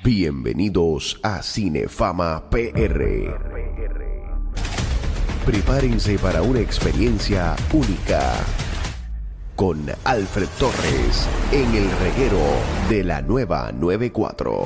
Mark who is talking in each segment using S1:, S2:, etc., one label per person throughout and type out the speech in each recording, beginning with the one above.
S1: Bienvenidos a Cinefama PR. Prepárense para una experiencia única con Alfred Torres en el reguero de la nueva 94.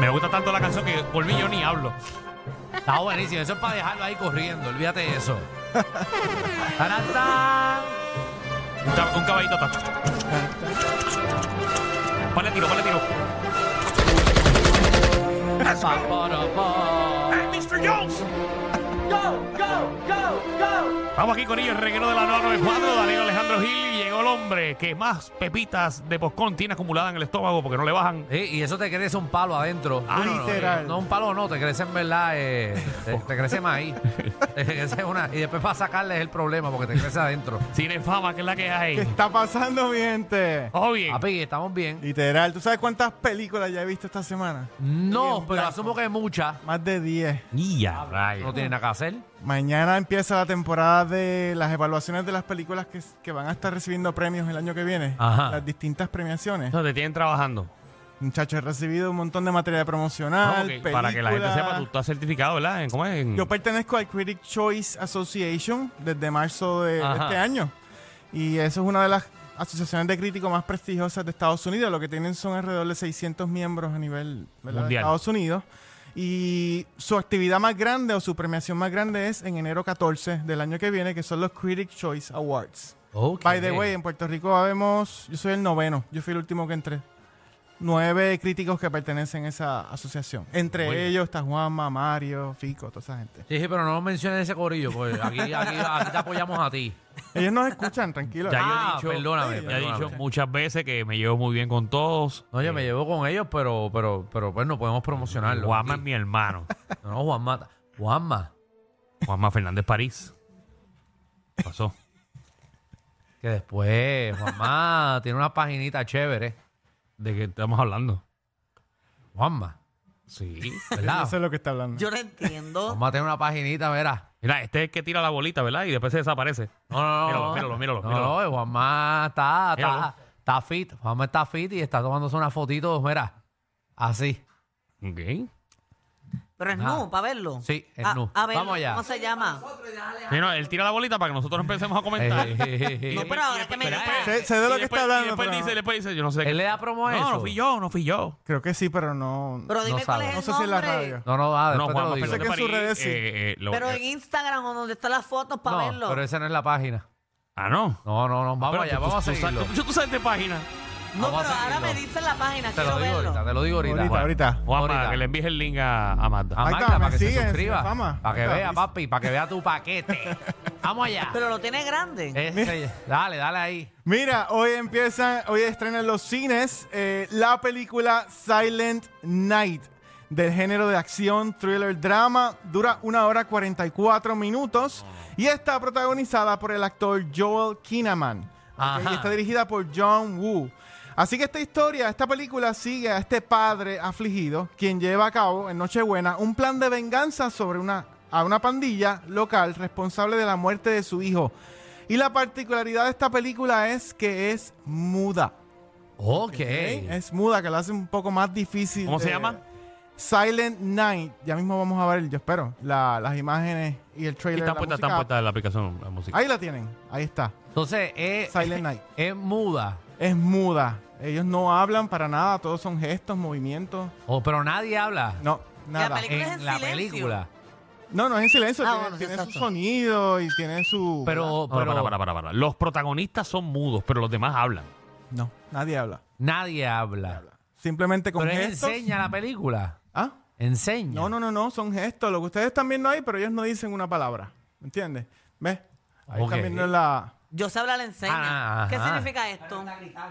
S2: Me gusta tanto la canción que por mí yo ni hablo. Está buenísimo. Eso es para dejarlo ahí corriendo. Olvídate de eso. Tarantán. Un, cab- un caballito. ta- Ponle tiro, ponle tiro.
S3: Pa, poro, po.
S2: ¡Hey, Mr. Jones! Vamos aquí con ellos, el reguero de la 994, Danilo Alejandro Gil. Y llegó el hombre que más pepitas de poscón tiene acumulada en el estómago porque no le bajan.
S3: Sí, y eso te crece un palo adentro. eh,
S2: Ah, no, no,
S3: No, un palo no, te crece en verdad, eh, te, te crece maíz. Te crece una, y después para sacarles el problema porque te crece adentro.
S2: Tiene fama, que es la que
S4: ¿Qué
S2: hay.
S4: está pasando, mi gente?
S2: Ojo bien.
S3: Papi, estamos bien.
S4: Literal, ¿tú sabes cuántas películas ya he visto esta semana?
S3: No,
S4: Bien
S3: pero
S4: blanco.
S3: asumo que muchas.
S4: Más de 10.
S2: Y ya, rayos.
S3: No tienen nada que hacer.
S4: Mañana empieza la temporada de las evaluaciones de las películas que, que van a estar recibiendo premios el año que viene.
S2: Ajá.
S4: Las distintas premiaciones.
S2: No, te tienen trabajando.
S4: Muchachos, he recibido un montón de material
S2: Ah,
S4: promocional.
S2: ok. Para que la gente
S4: películas.
S2: sepa, tú estás certificado, ¿verdad? ¿En, ¿Cómo es? En-
S4: Yo pertenezco al Critic Choice Association desde marzo de, de
S2: Ajá.
S4: este año. Y eso es una de las asociaciones de críticos más prestigiosas de Estados Unidos. Lo que tienen son alrededor de 600 miembros a nivel ¿verdad? de
S2: Mundial.
S4: Estados Unidos. Y su actividad más grande o su premiación más grande es en enero 14 del año que viene, que son los Critic Choice Awards. By the way, en Puerto Rico vemos, yo soy el noveno, yo fui el último que entré. Nueve críticos que pertenecen a esa asociación. Entre
S2: Muy bien.
S4: ellos está Juanma, Mario, Fico, toda esa gente.
S3: Sí, sí, pero no menciones ese corillo, pues aquí, aquí, aquí te apoyamos a ti.
S4: Ellos nos escuchan, tranquilo.
S2: Ya yo he
S3: ah,
S2: dicho-
S3: perdóname,
S2: Ya he
S3: perdóname.
S2: dicho muchas veces que me llevo muy bien con todos.
S3: No, yo me llevo con ellos, pero, pero, pero pues no podemos promocionarlo.
S2: Juanma es mi hermano.
S3: No, no, Juanma. Juanma,
S2: Juanma Fernández París. ¿Qué Pasó.
S3: que después Juanma tiene una paginita chévere.
S2: ¿De qué estamos hablando?
S3: Juanma,
S2: Sí.
S4: no
S3: ¿verdad?
S4: sé lo que está hablando.
S5: Yo no entiendo.
S3: Juanma tiene una paginita, verá.
S2: Mira, este es el que tira la bolita, ¿verdad? Y después se desaparece.
S3: No, no, no.
S2: Míralo, míralo, míralo,
S3: No,
S2: míralo.
S3: no, Juanma está,
S2: Míralo.
S3: está, está fit. Juanma está fit y está tomándose unas fotitos, mira. Así.
S2: Ok.
S5: Pero es
S3: Nada.
S5: nu, para verlo.
S3: Sí, es
S5: A-
S3: nu.
S5: A ver,
S3: Vamos allá.
S5: ¿cómo se llama?
S2: Sí, no, él tira la bolita para que nosotros empecemos a comentar.
S3: Eh, eh, eh, eh.
S5: No, pero ahora que me
S2: Espera,
S5: digas.
S2: eh,
S4: Sé- sé de
S2: y
S4: lo que
S2: después-
S4: está hablando,
S2: Y después
S4: pero
S2: dice,
S4: no.
S2: después dice, yo no sé.
S3: Él le da promo
S2: no,
S3: a eso.
S2: no fui yo, no fui yo.
S4: Creo que sí, pero no.
S5: Pero dime cuál
S3: sabe.
S5: es
S4: no
S5: el
S4: sé si en la
S5: nombre.
S4: radio.
S3: No, no, dale,
S2: no,
S3: después te
S2: Juanma
S3: lo digo.
S2: Fernández
S4: Fernández Sé que en sus
S2: París,
S4: redes sí.
S2: eh, eh, lo-
S5: Pero en Instagram o donde están las fotos para verlo.
S3: No, pero esa no es la página.
S2: Ah, no.
S3: No, no, no, vamos
S2: Pero
S3: allá,
S2: tú-
S3: vamos a
S2: tú- tú
S3: seguirlo.
S2: sabes- Tú, tú sabes de página.
S5: no,
S3: vamos a
S5: pero ahora me
S3: seguirlo.
S5: dicen la página,
S3: Te
S5: quiero
S3: lo digo
S5: verlo.
S3: ahorita, te lo digo ahorita.
S4: Ahorita, ahorita. Ah,
S2: Juanma,
S3: Ahorita.
S2: que le envíes el link a, a Magda.
S3: A
S4: Ahí
S3: Magda,
S4: está,
S3: para
S4: me
S3: que se
S4: sigue,
S3: suscriba.
S4: sí, fama.
S3: Para que
S4: Ahí está,
S3: vea,
S4: listo.
S3: papi, para que vea tu paquete. Vamos allá.
S5: Pero lo tiene grande.
S3: Este, dale, dale ahí.
S4: Mira, hoy empiezan, hoy estrenan los cines eh, la película Silent Night, del género de acción, thriller, drama. Dura una hora 44 minutos y está protagonizada por el actor Joel Kinnaman. ¿ok?
S3: Ajá.
S4: Y está dirigida por John Woo. Así que esta historia, esta película sigue a este padre afligido, quien lleva a cabo en Nochebuena un plan de venganza sobre una, a una pandilla local responsable de la muerte de su hijo. Y la particularidad de esta película es que es muda.
S3: Ok.
S4: ¿ok? Es muda, que la hace un poco más difícil.
S2: ¿Cómo se
S4: de-
S2: llama?
S4: Silent Night. Ya mismo vamos a ver, yo espero, la- las imágenes y el
S2: Y
S4: trailer.
S2: están
S4: la
S2: puestas, están
S4: música.
S2: puestas en la aplicación la música.
S4: Ahí la tienen, ahí está.
S3: Entonces,
S2: Eh,
S3: es,
S4: Silent Night.
S3: es muda.
S4: Es muda. Ellos no hablan para nada, todos son gestos, movimientos.
S3: Oh, pero nadie habla
S4: No, nada.
S5: película- es
S3: en
S5: en
S3: la
S5: silencio.
S3: película.
S4: No, no es en silencio,
S5: Ah,
S4: tiene,
S5: bueno, sí,
S4: tiene su
S5: exacto.
S4: sonido y tiene su.
S3: Pero,
S2: No, no,
S3: pero
S2: para, para, para, para. Los protagonistas son mudos, pero los demás hablan.
S4: No, nadie habla.
S3: nadie habla.
S4: Simplemente con
S3: Pero él
S4: gestos.
S3: enseña la película.
S4: ¿Ah?
S3: Enseña.
S4: No, no, no, no, son gestos. Lo que ustedes están viendo ahí, pero ellos no dicen una palabra. ¿Me entiendes? ¿Ves? Ahí
S3: Ok.
S4: están viendo la.
S5: Yo sé hablar enseña.
S3: Ah,
S5: ¿Qué
S3: ajá.
S5: significa esto?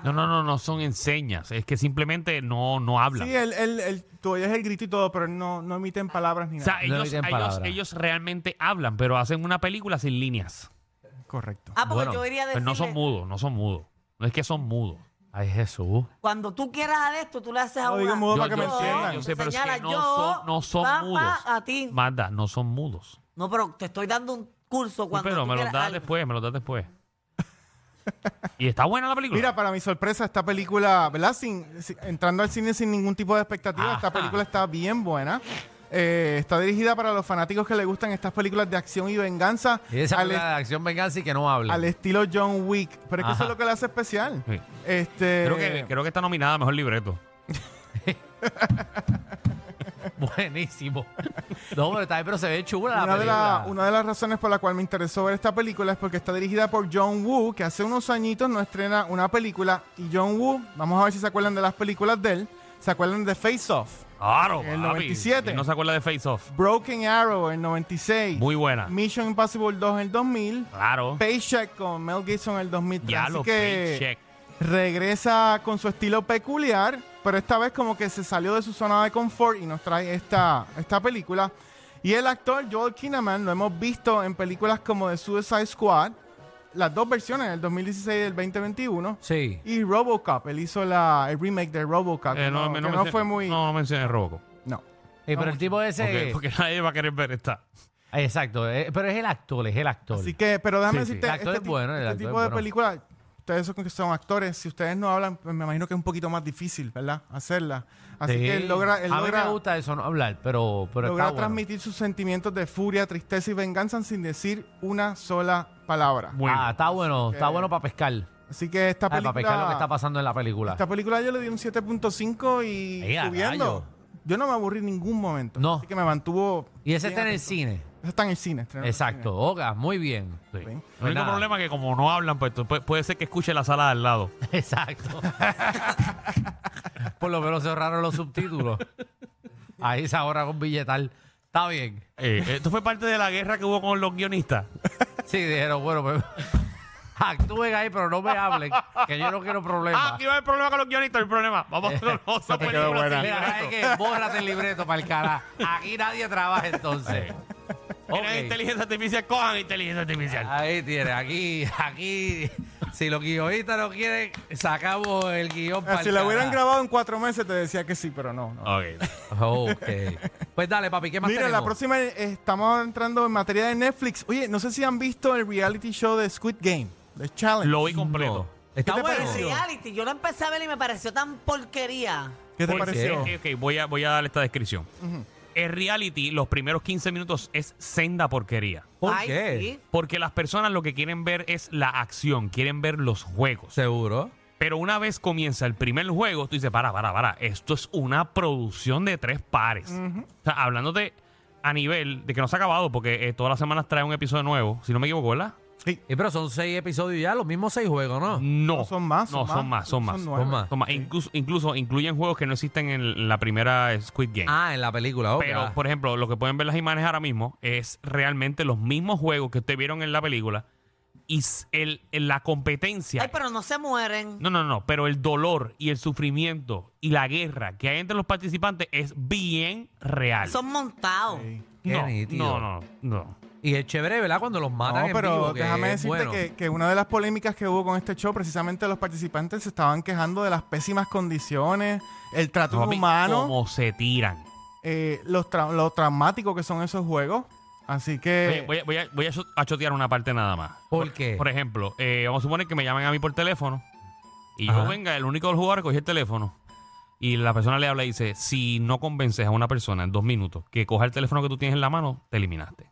S2: No, no, no, no son enseñas. Es que simplemente no, no hablan.
S4: Sí, él, él, él, tú oyes el grito y todo, pero no, no emiten palabras ni
S2: o
S4: nada.
S2: sea,
S3: No
S2: ellos,
S3: dicen
S2: ellos,
S3: palabra.
S2: ellos realmente hablan, pero hacen una película sin líneas.
S4: Correcto.
S5: Ah, porque
S3: Bueno,
S5: yo iría a
S2: Pero
S5: decirle,
S2: pues no son mudos, no son mudos. No es que son mudos.
S3: Ay, Jesús.
S5: cuando tú quieras a esto, tú le haces a
S4: No
S5: una.
S4: digo mudo para que me
S5: yo,
S4: entiendan.
S5: te
S2: Yo sé, pero es que
S5: señala,
S2: no
S5: yo,
S2: son, no son
S5: papá,
S2: mudos.
S5: a ti.
S2: Magda, no son mudos.
S5: No, pero te estoy dando un curso
S2: Sí,
S5: cuando
S2: pero
S5: tú
S2: me los
S5: quieras
S2: das
S5: algo.
S2: después, me los das después. y está buena la película.
S4: Mira, para mi sorpresa, esta película, ¿verdad? Sin, sin- entrando al cine sin ningún tipo de expectativa,
S2: Ajá.
S4: esta película está bien buena. Eh, está dirigida para los fanáticos que le gustan estas películas de acción y venganza.
S3: Y esa
S4: al,
S3: película de acción venganza y que no hable.
S4: al estilo John Wick. Pero es que
S2: Ajá.
S4: eso es lo que le hace especial.
S2: Sí.
S4: Este,
S2: creo, que, creo que está nominada a mejor libreto.
S3: Buenísimo. No, pero, está, bien, pero se ve chula la
S4: una, de la-
S3: película.
S4: una de las razones por la cual me interesó ver esta película es porque está dirigida por John Woo, que hace unos añitos no estrena una película. Y John Woo, vamos a ver si se acuerdan de las películas de él. ¿Se acuerdan de Face Off?
S2: Claro,
S4: En el
S2: papi.
S4: 97.
S2: ¿Quién No se acuerda de Face Off.
S4: Broken Arrow en 96.
S2: Muy buena.
S4: Mission Impossible 2 en el 2000.
S2: Claro.
S4: Paycheck con Mel Gibson en el 2003.
S2: Ya
S4: Así
S2: lo
S4: que
S2: paycheck.
S4: regresa con su estilo peculiar, pero esta vez como que se salió de su zona de confort y nos trae esta, esta película. Y el actor Joel Kinnaman lo hemos visto en películas como The Suicide Squad, las dos versiones, el 2016 y el 2021.
S3: Sí.
S4: Y Robocop, él hizo la, el remake de Robocop.
S2: Eh,
S4: que no,
S2: me-
S4: que no
S2: mencioné-
S4: fue muy...
S2: No, no mencioné Robocop.
S4: no.
S3: Eh, pero el tipo ese.
S2: Porque, porque nadie va a querer ver esta.
S3: Ah, Exacto. eh, pero es el actor, es el actor.
S4: Así que, pero déjame
S2: Sí, sí.
S4: decirte,
S3: El actor
S4: este,
S3: es
S4: ti-
S3: bueno, el
S4: este
S3: actor
S4: tipo
S3: es
S4: de
S3: bueno.
S4: películas, ustedes son, que son actores, si ustedes no hablan, pues me imagino que es un poquito más difícil, ¿verdad? Hacerla. Así
S3: Sí.
S4: que él logra, él
S3: a mí
S4: logra,
S3: me gusta eso, no hablar, pero, pero
S4: logra
S3: está bueno.
S4: transmitir sus sentimientos de furia, tristeza y venganza sin decir una sola palabra.
S2: Muy
S3: ah,
S2: bien.
S3: está bueno, está bueno para pescar.
S4: Así que esta
S3: Ah, para pescar lo que está
S4: película,
S3: pasando en la película.
S4: esta película yo le di un 7.5 y
S3: Ey, a
S4: subiendo.
S3: rayo.
S4: Yo no me aburrí en ningún momento.
S3: No.
S4: Así que me mantuvo.
S3: Y ese
S4: bien
S3: está en el
S4: atento.
S3: cine.
S4: Ese está en el cine. estrenó en el
S3: Exacto. Oga, muy bien. Pues
S2: Sí. El
S4: Bien.
S2: único
S3: Nada.
S2: problema es que como no hablan, pues tú- pu- puede ser que escuche la sala de al lado.
S3: Exacto. Por lo menos cerraron los subtítulos. Ahí se ahorra con billetal. Está bien.
S2: Eh, esto fue parte de la guerra que hubo con los guionistas.
S3: Sí, dijeron, bueno, pues actúen ahí, pero no me hablen, que yo no quiero
S2: Ah,
S3: problemas.
S2: aquí va el problema con los guionistas, el problema. Vamos a hacer otra película sin
S3: Mira, ¿sabes
S2: libreto.
S3: qué? Bórrate el libreto para el carajo. Aquí nadie trabaja entonces.
S2: Tienen
S3: Ok.
S2: inteligencia artificial, cojan inteligencia
S4: Ah,
S2: artificial.
S3: Ahí tiene, aquí, aquí. Si los guionistas no quieren, sacamos el guión para
S4: cine. Ah, Si
S3: el
S4: la hubieran
S3: carajo.
S4: grabado en cuatro meses, te decía que sí, pero no. no.
S2: Ok.
S3: Ok. Pues dale, papi, ¿qué más
S4: Mira,
S3: tenemos?
S4: la próxima eh, estamos entrando en materia de Netflix. Oye, no sé si han visto el reality show de Squid Game, The Challenge.
S2: Lo vi completo.
S3: Está
S4: ¿Qué te
S3: bueno.
S5: El
S4: pareció?
S5: reality, yo lo empecé a ver y me pareció tan porquería.
S4: ¿Qué te
S2: Porque-
S4: pareció?
S2: Ok,
S3: Eh,
S2: ok, voy a, voy a dar esta descripción. En reality, los primeros 15 minutos es senda porquería.
S3: ¿Por
S5: Ay,
S3: qué?
S5: sí.
S2: Porque las personas lo que quieren ver es la acción, quieren ver los juegos.
S3: Seguro.
S2: Pero una vez comienza el primer juego, tú dices, para, para, para, esto es una producción de tres pares. O sea, hablándote a nivel de que no se ha acabado, porque eh, todas las semanas trae un episodio nuevo, si no me equivoco, ¿verdad?
S3: Y pero son seis episodios ya, los mismos seis juegos, ¿no?
S4: Mm.
S2: No.
S4: No, son más,
S2: No,
S4: son
S2: son más,
S4: más.
S2: son más.
S4: Son
S2: Son
S4: nueve.
S2: más. Son más. Incluso, incluso incluyen juegos que no existen en la primera Squid Game.
S3: Ah, en la película, ok.
S2: Pero, por ejemplo, lo que pueden ver las imágenes ahora mismo es realmente los mismos juegos que ustedes vieron en la película y s- el, el- la competencia.
S5: Ay, pero no se mueren.
S2: No, no, no, pero el dolor y el sufrimiento y la guerra que hay entre los participantes es bien real.
S5: Son montados.
S4: Sí.
S3: Qué
S2: no, no,
S3: nítido.
S2: no, no.
S3: Y es chévere, ¿verdad? Cuando los matan
S4: No,
S3: en
S4: pero
S3: vivo, que
S4: déjame
S3: es
S4: decirte
S3: bueno.
S4: que, que una de las polémicas que hubo con este show, precisamente los participantes se estaban quejando de las pésimas condiciones, el trato
S2: Papi,
S4: humano,
S2: cómo se tiran.
S4: eh, los tra- lo traumático que son esos juegos. Así
S2: Oye,
S4: que
S2: voy, a, voy a- voy a cho- a chotear una parte nada más.
S3: ¿Por qué?
S2: Por ejemplo, eh, vamos a suponer que me llamen a mí por teléfono y
S3: Ajá.
S2: yo venga, el único jugador que coge el teléfono y la persona le habla y dice, si no convences a una persona en dos minutos que coja el teléfono que tú tienes en la mano, te eliminaste.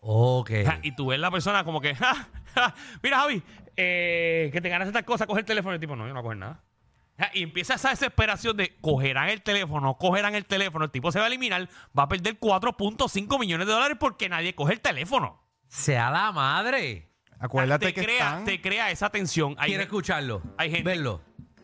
S3: Ok.
S4: Eh,
S2: Ja, Y tú ves la persona como que, "Ja, ja, mira Javi, eh, que te ganas estas cosas, coge el teléfono. Y el tipo, no, yo no voy a coger nada. Ja, Y empieza esa desesperación de cogerán el teléfono, cogerán el teléfono, el tipo se va a eliminar, va a perder 4.5 millones de dólares porque nadie coge el teléfono.
S3: Sea la madre.
S4: acuérdate
S2: te,
S4: que
S2: crea,
S4: están...
S2: te crea esa tensión. Hay-
S3: Quiero escucharlo.
S2: hay gente-
S3: Verlo.